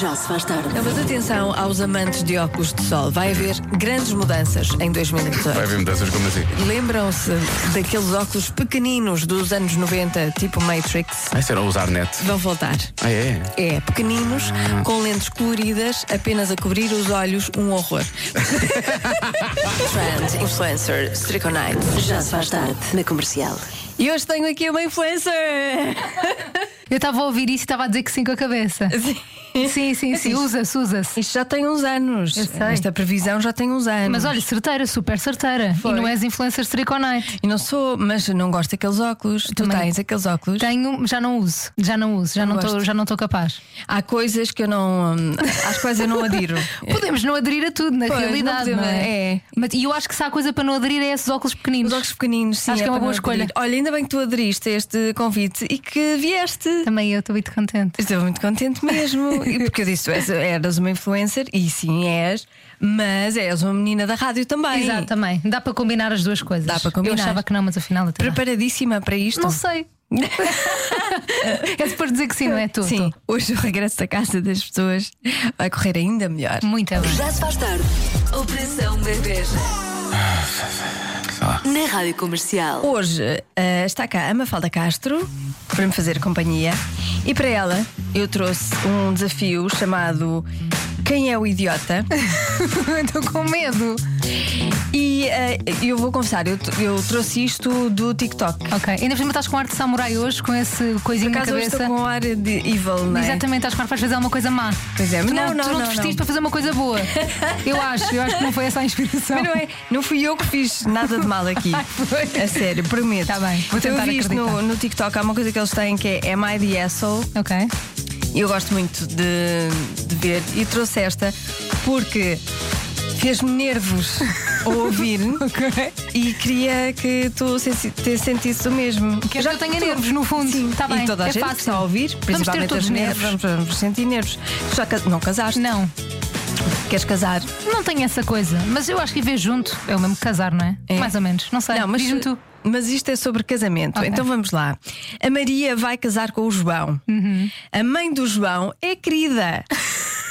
Já se faz tarde. Não, mas atenção aos amantes de óculos de sol. Vai haver grandes mudanças em 2018. Vai haver mudanças como assim? Lembram-se daqueles óculos pequeninos dos anos 90, tipo Matrix? Ah, será usar net? Vão voltar. Ah, é? É, pequeninos, com lentes coloridas, apenas a cobrir os olhos, um horror. Trend, influencer, Striconite. Já se faz tarde na comercial. E hoje tenho aqui uma influencer. Eu estava a ouvir isso e estava a dizer que sim com a cabeça. Sim, sim, Assim, sim. Usa-se, usa-se. Isto já tem uns anos. Eu sei. Esta previsão já tem uns anos. Mas olha, certeira, super certeira. assim. Foi. E não és influencer Striconite. E não sou, mas não gosto daqueles óculos. Tu Também. tens aqueles óculos. Tenho, já não uso, já não uso, já não gosto. estou, já não estou capaz. Há coisas que eu não. hum, às quais eu não adiro. Podemos não aderir a tudo na É. Pois, não realidade, não, podemos, é? é. Mas e eu acho que se há coisa para não aderir é esses óculos Os pequeninos. óculos pequeninos, sim. Acho que é uma para boa não escolha. aderir. Olha, ainda bem que tu aderiste a este convite e que vieste. Também eu estou muito contente. Estou muito contente mesmo. E Porque eu disse: tu és- eras uma influencer, e sim és, mas és uma menina da rádio também. Exato, também. Dá para combinar as duas coisas. Dá para combinar. Eu achava que não, mas afinal até. dá. Preparadíssima para isto? Não sei. é depois dizer que sim, não é? Tu, Sim, tu. hoje o regresso da casa das pessoas vai correr ainda melhor. Muito bem. Já se faz tarde. Operação Bebês. Na rádio comercial. Hoje eh, está cá a Mafalda Castro para me fazer companhia e para ela eu trouxe um desafio chamado Quem é o Idiota? Estou com medo. E eh, eu vou confessar, eu, t- eu trouxe isto do TikTok. Ok. Ainda por cima estás com ar de samurai hoje, com esse coisinho Por na acaso hoje estou cabeça. com um ar de evil, não é? Exatamente, estás com ar que vais fazer alguma coisa má. Pois é, Tu mas não, não, não, tu não te não, vestiste não. para fazer uma coisa boa. Eu acho, eu acho que não foi essa a inspiração. Mas não é, não fui eu que fiz nada de mal aqui. a sério, prometo. Tá bem, vou eu tentar vi isto no, acreditar. no TikTok, há uma coisa que eles têm que é Am I the Asshole? Ok. E eu gosto muito de, de ver e trouxe esta porque fez-me nervos ao ouvir e queria que tu sensi- te sentisse o mesmo. Queres que é eu tenha nervos, no fundo? Tá bem, E toda a é gente fácil. que está a ouvir, principalmente todos as mulheres, nervos. Vamos, assim. vamos sentir nervos. Tu já ca- não casaste? Não, Queres casar? não tenho essa coisa. Mas eu acho que viver junto é o mesmo que casar, não é? É. Mais ou menos. Não sei. Não, mas, Diz-me tu. mas isto é sobre casamento. Ok. Então vamos lá. A Maria vai casar com o João. Uhum. A mãe do João é querida,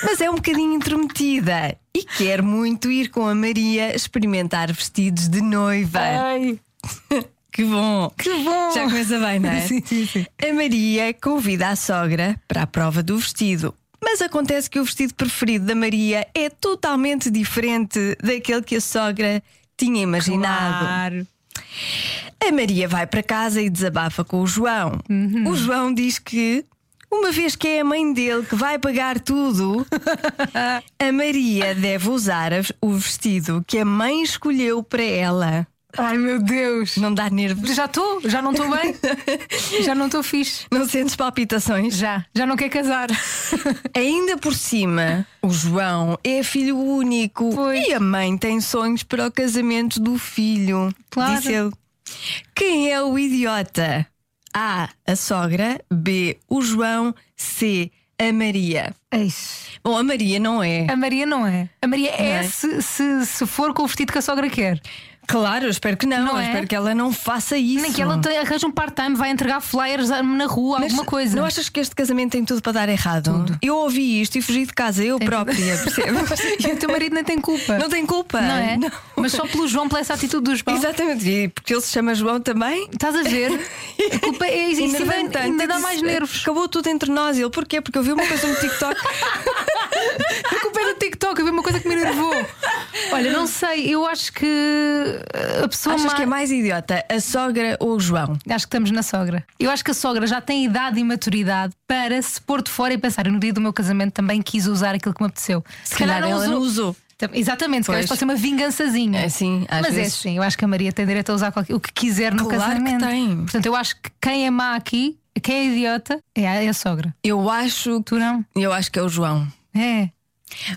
mas é um bocadinho intrometida e quer muito ir com a Maria experimentar vestidos de noiva. Que bom! Que bom. Já começa bem, não é? Sim, sim, sim. A Maria convida a sogra para a prova do vestido. Mas acontece que o vestido preferido da Maria é totalmente diferente daquele que a sogra tinha imaginado. A Maria vai para casa e desabafa com o João. Uhum. O João diz que, uma vez que é a mãe dele que vai pagar tudo, a Maria deve usar a- o vestido que a mãe escolheu para ela. Ai meu Deus. Não dá nervos? Já estou, já não estou bem. já não estou fixe. Não sentes palpitações? Já, já não quer casar. Ainda por cima, o João é filho único Pois. e a mãe tem sonhos para o casamento do filho. Claro. Disse ele. Quem é o idiota? A. A sogra. B. O João. C. A Maria. Bom, a Maria não é. A Maria não é. A Maria é, Não é? Se, se, se for com o vestido que a sogra quer. Claro, eu espero que não. Não eu é? espero que ela não faça isso. Nem que ela te- arranje um part-time, vai entregar flyers na rua, Mas alguma coisa. Não achas que este casamento tem tudo para dar errado? Eu ouvi isto e fugi de casa, eu própria, percebes? E o teu marido nem tem culpa. não tem culpa. Não é? Não. Mas só pelo João, pela essa atitude do João. Exatamente, e porque ele se chama João também. Estás a ver? A culpa é isso. Ainda, no ainda, entanto, dá disse- mais nervos. Acabou tudo entre nós. Ele, porquê? Porque eu vi uma coisa no TikTok. A culpa é do TikTok, eu vi uma coisa que me enervou. Olha, não sei, eu acho que uh, a pessoa Achas má- que é mais idiota, a sogra ou o João? Acho que estamos na sogra. Eu acho que a sogra já tem idade e maturidade para se pôr de fora e pensar. "Eu, No dia do meu casamento também quis usar aquilo que me apeteceu. Se, ela não usou. Tam- Exatamente, se calhar Pois. isto pode ser uma vingançazinha. É, sim, às Mas vezes. é sim, eu acho que a Maria tem direito a usar qualquer- o que quiser no Claro que casamento. tem. Portanto, eu acho que quem é má aqui, quem é idiota, é a, é a sogra. Eu acho que. Tu não? Eu acho que é o João. É.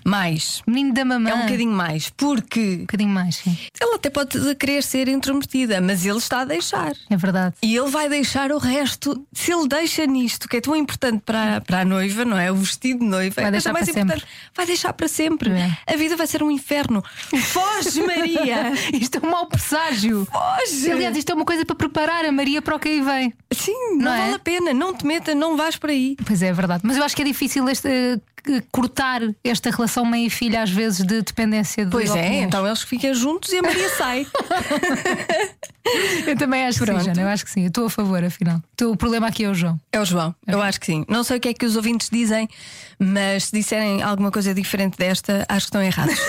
Mais. Menino da mamãe. É um bocadinho mais. Porque Um bocadinho mais, sim. ela até pode querer ser intrometida, mas ele está a deixar. É verdade. E ele vai deixar o resto. Se ele deixa nisto, que é tão importante para, para a noiva, não é? O vestido de noiva Vai é a deixar coisa mais para importante. Vai deixar para sempre. É. A vida vai ser um inferno. Foge, Maria! Isto é um mau presságio. Foge! Aliás, isto é uma coisa para preparar a Maria para o que aí vem. Sim, não, Não é? vale a pena, não te meta, não vais por aí. Pois é, é verdade. Mas eu acho que é difícil este, eh, eh, cortar esta relação mãe e filha, às vezes, de dependência de Pois é, opiniões. então eles ficam juntos e a Maria sai. Eu também acho que Pronto. sim, Jana, eu acho que sim. Eu estou a favor, afinal. Então, o problema aqui é o João. É o João, eu acho que sim. Não sei o que é que os ouvintes dizem, mas se disserem alguma coisa diferente desta, acho que estão errados.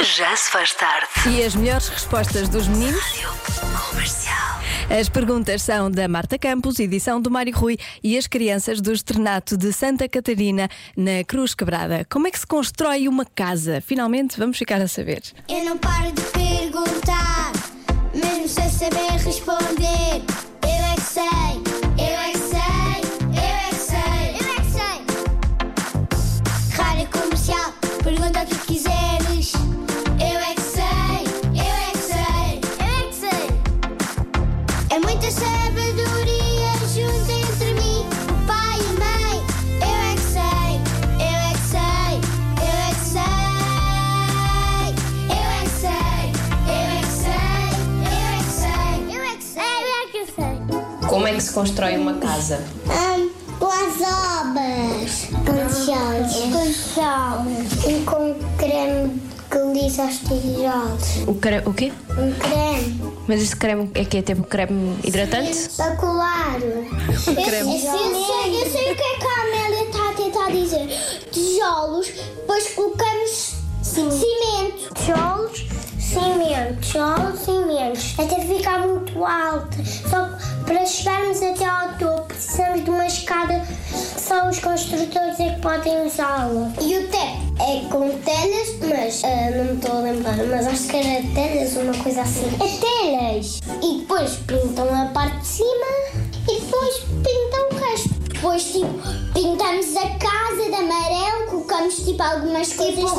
Já se faz tarde. e as melhores respostas dos meninos? Rádio Comercial. As perguntas são da Marta Campos, edição do Mário Rui e as crianças do Externato de Santa Catarina, na Cruz Quebrada. Como é que se constrói uma casa? Finalmente vamos ficar a saber. Eu não paro de perguntar, mesmo sem saber responder. Eu é que sei, eu é que sei, eu é que sei, eu é que sei. Rádio comercial, pergunta o que quiseres. Eu é que sei, eu é que sei, eu é que sei. É muita sabedoria junta entre mim, o pai e a mãe. Eu é que sei, eu é que sei, eu é que sei. Eu é que sei, eu é que sei, eu é que sei, eu é que sei, eu é que sei. Como é que se constrói uma casa? com as obras. Com tijolos. Com E com creme que lisa aos tijolos. O, cre... o quê? Um creme. Mas esse creme é que é tipo creme hidratante? Para colar. Eu, sei, eu sei o que é que a Amélia está a tentar dizer. Tijolos, depois colocamos cimento. Tijolos, cimento. Tijolos, cimento. Até ficar muito alto. Só para chegarmos até ao topo precisamos de uma escada. Só os construtores é que podem usá-la. E o teto? É com telhas, mas ah, não me estou a lembrar, mas acho que era telhas, uma coisa assim. É telhas! E depois pintam a parte de cima e depois pintam o resto. Depois, tipo, pintamos a casa de amarelo, colocamos, tipo, algumas coisas de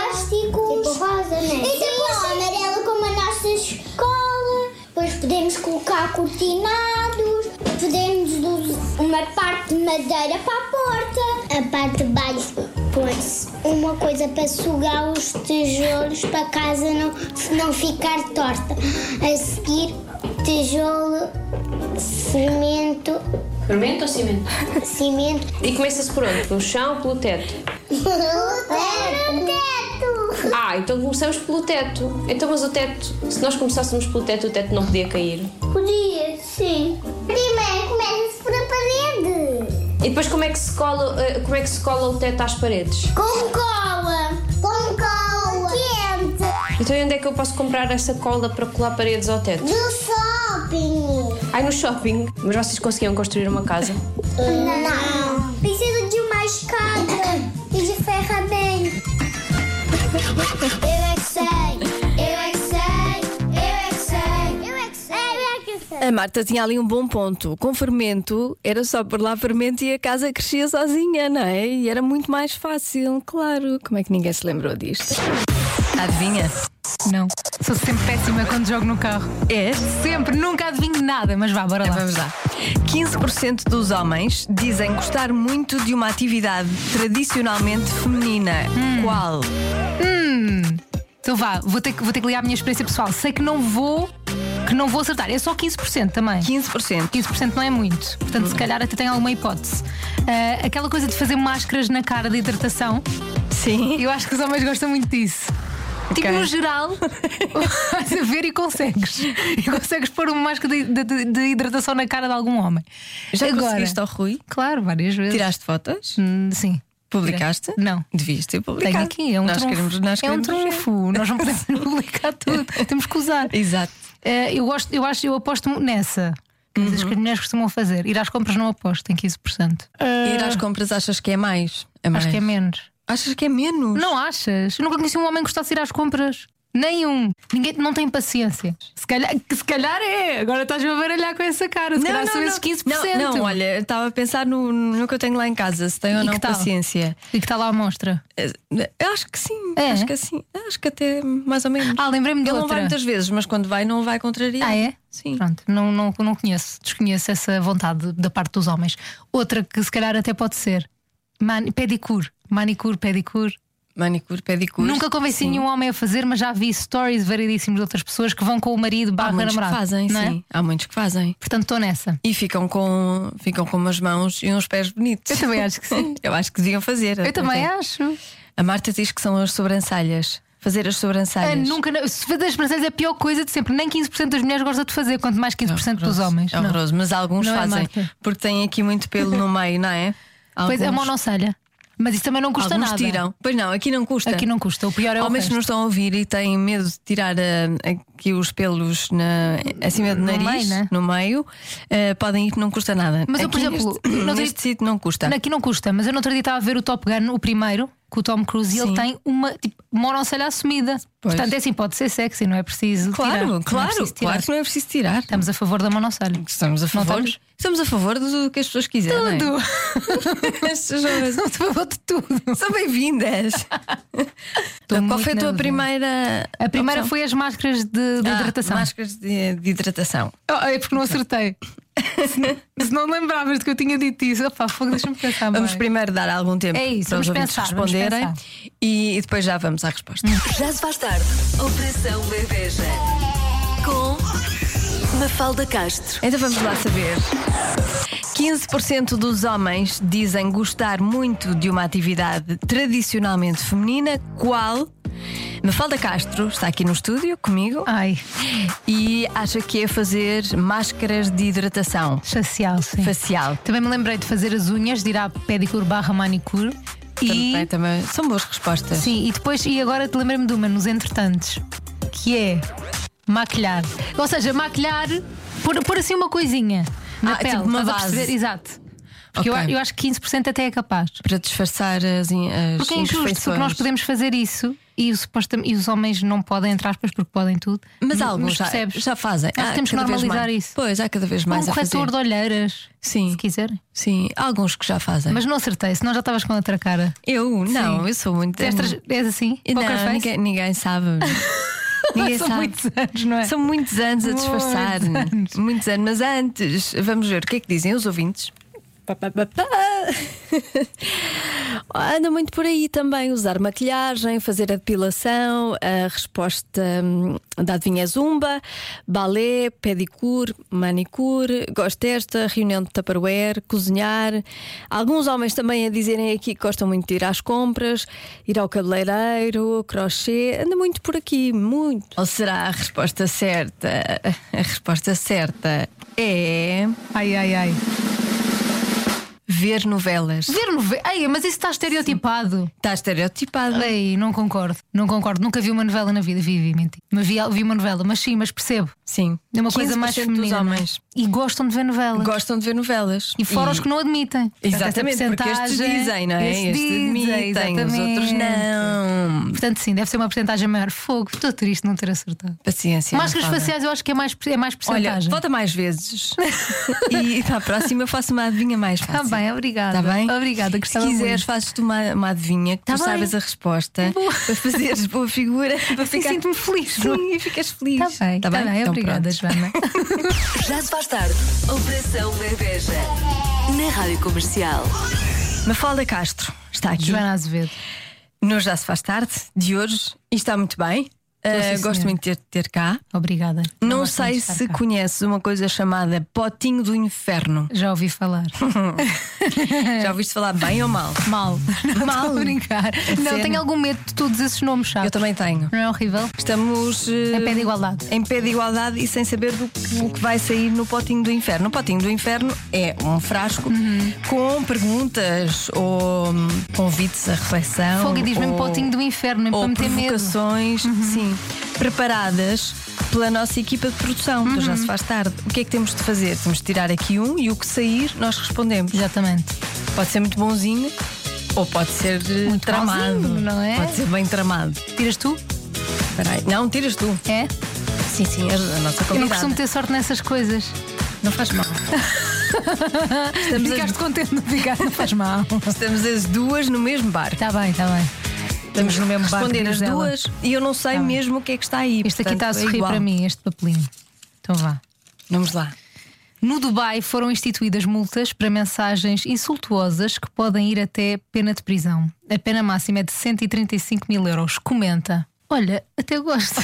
plásticos. Tipo rosa, né? E depois amarelo como a nossa escola. Depois podemos colocar cortinados, podemos usar uma parte de madeira para a porta. A parte de baixo põe-se uma coisa para sugar os tijolos para a casa não, não ficar torta. A seguir, tijolo, fermento, Fermento ou cimento? cimento. E começa-se por onde? Pelo chão ou pelo teto? É, teto! Ah, então começamos pelo teto. Então, mas o teto, se nós começássemos pelo teto, o teto não podia cair. Podia, sim. Primeiro começa-se por a parede. E depois como é que se cola, eh, como é que se cola o teto às paredes? Com cola. Com cola. Quente. Então e onde é que eu posso comprar essa cola para colar paredes ao teto? Do shopping. Ai, no shopping. Mas vocês conseguiam construir uma casa? Não. Precisa de uma escada e de ferramenta. Eu é que sei. Eu é que sei. Eu é que sei. Eu é que sei. Eu é que sei. A Marta tinha ali um bom ponto. Com fermento, era só por lá fermento e a casa crescia sozinha, não é? E era muito mais fácil, claro. Como é que ninguém se lembrou disto? Adivinha? Não. Sou sempre péssima quando jogo no carro. É? Sempre, nunca adivinho nada, mas vá, bora lá. Vamos lá. 15% dos homens dizem gostar muito de uma atividade tradicionalmente feminina. Hum. Qual? Então vá, vou ter, que, vou ter que ligar a minha experiência pessoal. Sei que não vou, que não vou acertar. É só 15% também. 15%. 15% não é muito, portanto, se calhar até tem alguma hipótese. Ah, aquela coisa de fazer máscaras na cara de hidratação, Sim. eu acho que os homens gostam muito disso. Tipo, Ok. no geral, vais a ver e consegues. E consegues pôr uma máscara de, de- de hidratação na cara de algum homem. Já conseguiste ao Rui? Claro, várias vezes. Tiraste fotos? Hum, Sim. Publicaste? Não. Devias ter publicado. Tenho aqui, é um nós trunfo. queremos, nós é um queremos ver. trunfo. Nós não podemos publicar tudo. Temos que usar. Exato. Eh, eu, gosto, eu acho, eu aposto nessa. Que as Uhum. que as mulheres costumam fazer. Ir às compras não aposto, tem 15%. Ir às compras achas que é mais? É mais. Ah. Acho que é menos. Achas que é menos? Não achas? Eu nunca conheci um homem que gostasse de ir às compras. Nenhum. Ninguém não tem paciência. Se calhar, que se calhar é. Agora estás-me a baralhar com essa cara. Se calhar são esses 15%. Não, não, olha, estava a pensar no, no que eu tenho lá em casa, se tenho ou E não que tal? paciência. E que está lá a amostra. Eh, Eu acho que sim, É? acho que sim, acho que até mais ou menos. Ah, lembrei-me de Ele não outra. vai muitas vezes, mas quando vai, não vai contrariar. Ah, é? Sim. Pronto, não, não, não conheço, desconheço essa vontade da parte dos homens. Outra que se calhar até pode ser: man, pedicure, manicure, pedicure. manicure, pedicure. Nunca convenci sim. nenhum homem a fazer, mas já vi stories variedíssimos de outras pessoas que vão com o marido Há barra muitos que namorado. fazem, não é? sim. Há muitos que fazem. Portanto, estou nessa. E ficam com, ficam com umas mãos e uns pés bonitos. Eu também acho que sim. Eu acho que deviam fazer. Eu também acho. A Marta diz que são as sobrancelhas. Fazer as Ah, sobrancelhas. nunca, não- se fazer as sobrancelhas é a pior coisa de sempre. Nem 15% das mulheres gostam de fazer, quanto mais 15% dos homens. É Não. horroroso, mas alguns Não é, fazem. Marta? porque têm aqui muito pelo no meio, não é? Pois é, Alguns- monocelha. Mas isso também não custa alguns nada. tiram. Pois não, aqui não custa. Aqui não custa. O pior é o Homens que resto. nos estão a ouvir e têm medo de tirar ah, aqui os pelos na- acima do No nariz, meio, né? no meio, ah, podem ir que não custa nada. Mas eu, aqui por exemplo, é neste, não neste sítio não custa. Aqui não custa, mas eu não outro dia estava a ver o Top Gun, o primeiro, com o Tom Cruise, e Sim. ele tem uma tipo, monocelha assumida. Pois. Portanto, é assim, pode ser sexy, não é preciso. tirar. Claro, Não é claro, preciso tirar. claro que não é preciso tirar. Estamos a favor da monocelha. Estamos a favor. estamos? Estamos a favor do que as pessoas quiserem. Tudo! Estas jovens Estamos a favor de tudo. são bem-vindas. Estou Qual muito foi a tua nervosa. primeira. A primeira opção? foi as máscaras de, de Ah, hidratação. Máscaras de, de hidratação. Ah, é porque não Então. acertei. Se- Se não lembravas de que eu tinha dito isso, opá, fogo, deixa-me pensar. Vamos mãe. primeiro dar algum tempo É isso, para os vamos ouvintes pensar, vamos responderem pensar. e, e depois já vamos à resposta. Já se faz tarde. Operação Bebeja. Com Mafalda Castro. Então vamos lá saber. 15% dos homens dizem gostar muito de uma atividade tradicionalmente feminina, qual? Mafalda Castro está aqui no estúdio comigo Ai, e acha que é fazer máscaras de hidratação chacial, sim. facial. Também me lembrei de fazer as unhas, de ir à pedicure barra manicure. E, Também, também. São boas respostas. sim, e depois, e agora te lembrei-me de uma nos entretantes, que é maquilhar. Ou seja, maquilhar, pôr, pôr assim uma coisinha na Ah, pele. tipo uma estás a base. perceber? Exato. Porque Ok. eu, eu acho que 15% até é capaz. Para disfarçar as, in- as Porque é injusto, porque imperfeições. nós podemos fazer isso e, o suposta- e os homens não podem, entre aspas, porque podem tudo. Mas M- alguns já, percebes? já fazem. Acho que Há temos que cada vez normalizar mais. isso. Pois, há cada vez Ou mais um a fazer. corretor de olheiras, Sim. se quiserem. Sim, há alguns que já fazem. Mas não acertei, senão já estavas com outra cara. eu não, Sim. eu sou muito. Tu és tras- És assim? Eu Poker Não, face? ninguém, ninguém sabe. ninguém São sabe. muitos anos, não é? São muitos anos a disfarçar. Muitos anos. Muitos anos. Mas antes, vamos ver o que é que dizem os ouvintes. Pá, pá, pá, pá. Anda Ah! muito por aí também usar maquilhagem, fazer a depilação, a resposta hum, da adivinha é zumba, balé, pedicure, manicure, gosto desta, reunião de tupperware, cozinhar. Alguns homens também a dizerem aqui que gostam muito de ir às compras, ir ao cabeleireiro, crochê, anda muito por aqui, muito. Ou será a resposta certa? A resposta certa é Ai, ai, ai. ver novelas. Ver novela. Ai, mas isso está estereotipado. Está estereotipado. Ai, não concordo. Não concordo. Nunca vi uma novela na vida. Vi, vi, menti. Mas vi, vi uma novela, mas sim, mas percebo. Sim. É uma coisa mais 15% dos feminina. não é? homens. E gostam de ver novelas. Gostam de ver novelas. E fora os que não admitem. Exatamente, Portanto, porque essa estes percentagem- dizem, não é? estes Estes dizem, admitem, os outros exatamente. não. Portanto, sim, deve ser uma porcentagem maior. Fogo, estou triste de não ter acertado. Paciência. Máscaras Mafalda. faciais eu acho que é mais, é mais Olha, porcentagem. volta mais vezes. e para a próxima faço uma adivinha mais Está fácil. Tá bem, obrigada. Está Tá bem? Obrigada, gostava Se quiseres, muito. fazes-te uma, uma adivinha que Tá tu bem. saibas a resposta Boa. para fazeres boa figura, para Assim ficar. sinto-me feliz. Sim, e ficas feliz. Está bem, está bem, Então obrigada, pronto. Joana. Já se faz tarde. Operação Bebeja. Na Rádio Comercial. Mafalda Castro está aqui. Joana Azevedo. No Já Se Faz Tarde de hoje e está muito bem. Ah, gosto sim, senhora. muito de ter, ter cá. Obrigada. Não, gosto sei muito de estar se cá. conheces uma coisa chamada potinho do inferno. Já ouvi falar. É. Já ouviste falar bem ou mal? Mal. Não Mal? estou a brincar. Não, sério? tenho algum medo de todos esses nomes, sabe? Eu também tenho. Não é horrível? Estamos eh, Em pé de igualdade. em pé de igualdade e sem saber do que, o que vai sair no potinho do inferno. O potinho do inferno é um frasco Uhum. com perguntas ou hum, convites à reflexão. Fogo e diz-me um ou- potinho do inferno, mesmo para oh. ou me ter medo. provocações, sim, preparadas pela nossa equipa de produção. Então já se faz tarde. O que é que temos de fazer? Temos de tirar aqui um e o que sair nós respondemos. Exatamente. Pode ser muito bonzinho ou pode ser eh, Muito tramado, bonzinho, não é? Pode ser bem tramado. Tiras tu? Espera aí. Não, tiras tu. É? Sim, sim, a, a nossa Eu não convidada. costumo ter sorte nessas coisas. Não faz mal. Estamos as, Ficaste contente, não ficaste? Não faz mal. estamos as duas no mesmo bar. Está Tá bem, está bem. Estamos no mesmo barco. Responder as diz ela. duas Tá e eu não sei mesmo o que é que está aí. Este aqui portanto, está a é sorrir igual. para mim, este papelinho. Então vá. Vamos lá. No Dubai foram instituídas multas para mensagens insultuosas que podem ir até pena de prisão. A pena máxima é de 135 mil euros. Comenta. Olha, até gosto.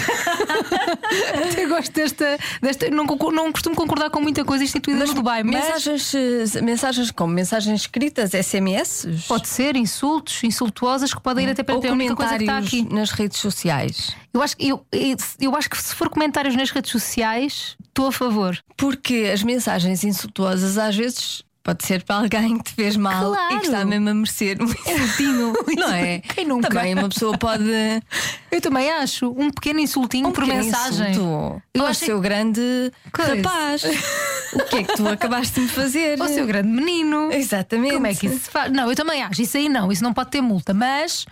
até gosto desta. desta não, concor- não costumo concordar com muita coisa instituída no Dubai, mas. Mensagens, eh, mensagens como? Mensagens escritas, SMS? Pode ser insultos, insultuosas que podem ir até pena Ou de prisão. É a única coisa que está comentários aqui. nas redes sociais. Eu acho, que- eu, eu- eu acho que se for comentários nas redes sociais, estou a favor. Porque as mensagens insultuosas às vezes pode ser para alguém que te fez mal Claro. É e que está mesmo a merecer um insultinho, não é? Quem nunca? Também uma pessoa pode. Eu também acho um pequeno insultinho por pequeno mensagem. Insulto. Eu Eu acho acho seu grande Coisa. rapaz. o que é que tu acabaste de me fazer? Ou seu grande menino. Exatamente. Como é que isso se faz? Não, eu também acho. Isso aí não, isso não pode ter multa. Mas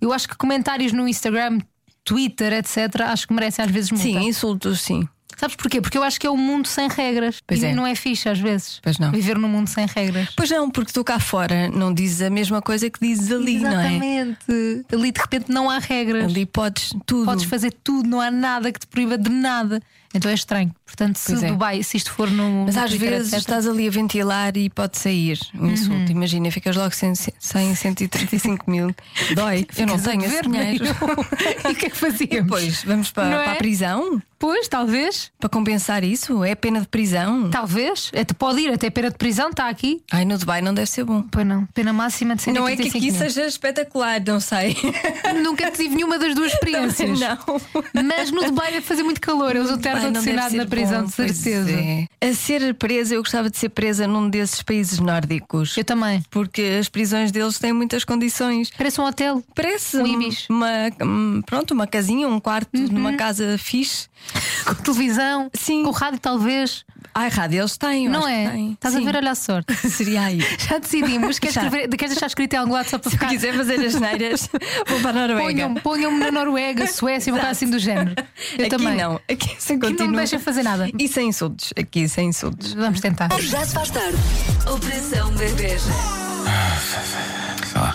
eu acho que comentários no Instagram, Twitter, etc., acho que merecem às vezes multa. Sim, insultos, sim. Sabes porquê? Porque eu acho que é um mundo sem regras. Pois e é. não é fixe às vezes. Pois não. Viver num mundo sem regras. Pois não, porque tu cá fora não dizes a mesma coisa que dizes ali, não é? Exatamente. Ali de repente não há regras. Ali podes tudo. Podes fazer tudo, não há nada que te proíba de nada. Então é estranho. Portanto, se Pois é. Dubai, se isto for no. Mas no às Twitter, vezes etc., estás ali a ventilar e pode sair um insulto. Imagina, ficas logo sem, sem 135 mil. Dói, eu não é? ficas a tenho esse ver dinheiro. meio. e o que é que fazíamos? E depois vamos para, Não é? para a prisão? Pois, talvez. Para compensar isso? É pena de prisão? Talvez. Até pode ir até pena de prisão, está aqui. Ai, no Dubai não deve ser bom. Pois não. Pena máxima de 185 Não é que aqui mil. seja espetacular, não sei. Nunca tive nenhuma das duas experiências. Não. Mas no Dubai deve fazer muito calor. Eu uso terno Ai, não deve adicionado ser na prisão, bom, de pois certeza. é. A ser presa, eu gostava de ser presa num desses países nórdicos. Eu também. Porque as prisões deles têm muitas condições. Parece um hotel. Parece Um Uhum. ibis. uma hum, pronto, uma casinha, um quarto numa casa fixe. Com televisão, Sim. com rádio, talvez. Ai, rádio, eles têm, eu não acho que é? têm. Estás a Sim. ver, olha a sorte. Seria aí. Já decidimos. Queres, Já. escrever- queres deixar escrito em algum lado só para Se ficar? quiser fazer as neiras, vou para a Noruega. Ponham-me ponham na Noruega, Suécia, uma coisa assim do género. Eu aqui também. não, aqui sem não me continua. deixa fazer nada. E sem insultos, aqui sem insultos. Vamos tentar. Já se faz tarde. Operação Bebeja.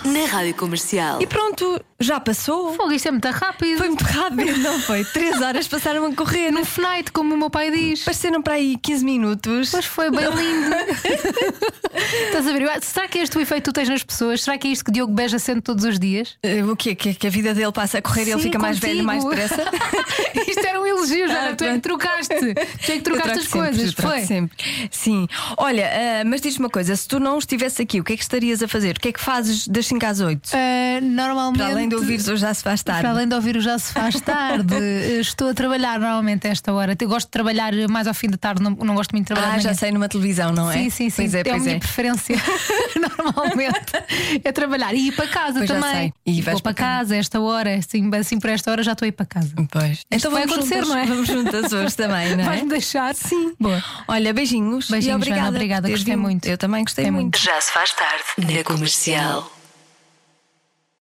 Na Rádio Comercial. E pronto, já passou. Fogo, isto é muito rápido. Foi muito rápido, não foi? Três horas passaram a correr. no Fnight, como o meu pai diz. Pareceram para aí 15 minutos. Mas foi bem lindo. Estás a ver? Eu- Será que este é o efeito que tu tens nas pessoas? Será que é isto que o Diogo Beja sente todos os dias? Eh, o quê? Que, que a vida dele passa a correr e ele Sim, fica mais velho, mais contigo. depressa? Isto era um elogio, já. Ah, tu é que trocaste. Tu é que Eu trocaste troco as sempre, coisas. eu troco foi. sempre. Sim. Olha, ah, mas diz-me uma coisa: se tu não estivesse aqui, o que é que estarias a fazer? O que é que fazes das 5 às 8? Ah, normalmente. Para além de ouvires hoje já se faz tarde. Para além de ouvir o Já Se Faz Tarde, eh, estou a trabalhar normalmente a esta hora. Eu gosto de trabalhar mais ao fim da tarde, não, não gosto muito de trabalhar Ah, de já manhã. sei numa televisão, não é? Sim, sim, sim. Pois é, a pois minha é. preferência normalmente. É trabalhar e ir para casa Pois já também. sei. E Vou vais para para casa, a esta hora, assim, bem- assim por esta hora já estou a ir para casa. Pois. Então vai vamos acontecer, juntas, não é? Vamos juntas hoje também, não é? Vais-me deixar? Sim. Boa. Olha, beijinhos. Beijinhos, e Joana, obrigada. por obrigada, teres gostei vindo. muito. Eu também gostei Gostei muito. Já se faz tarde. Na Comercial.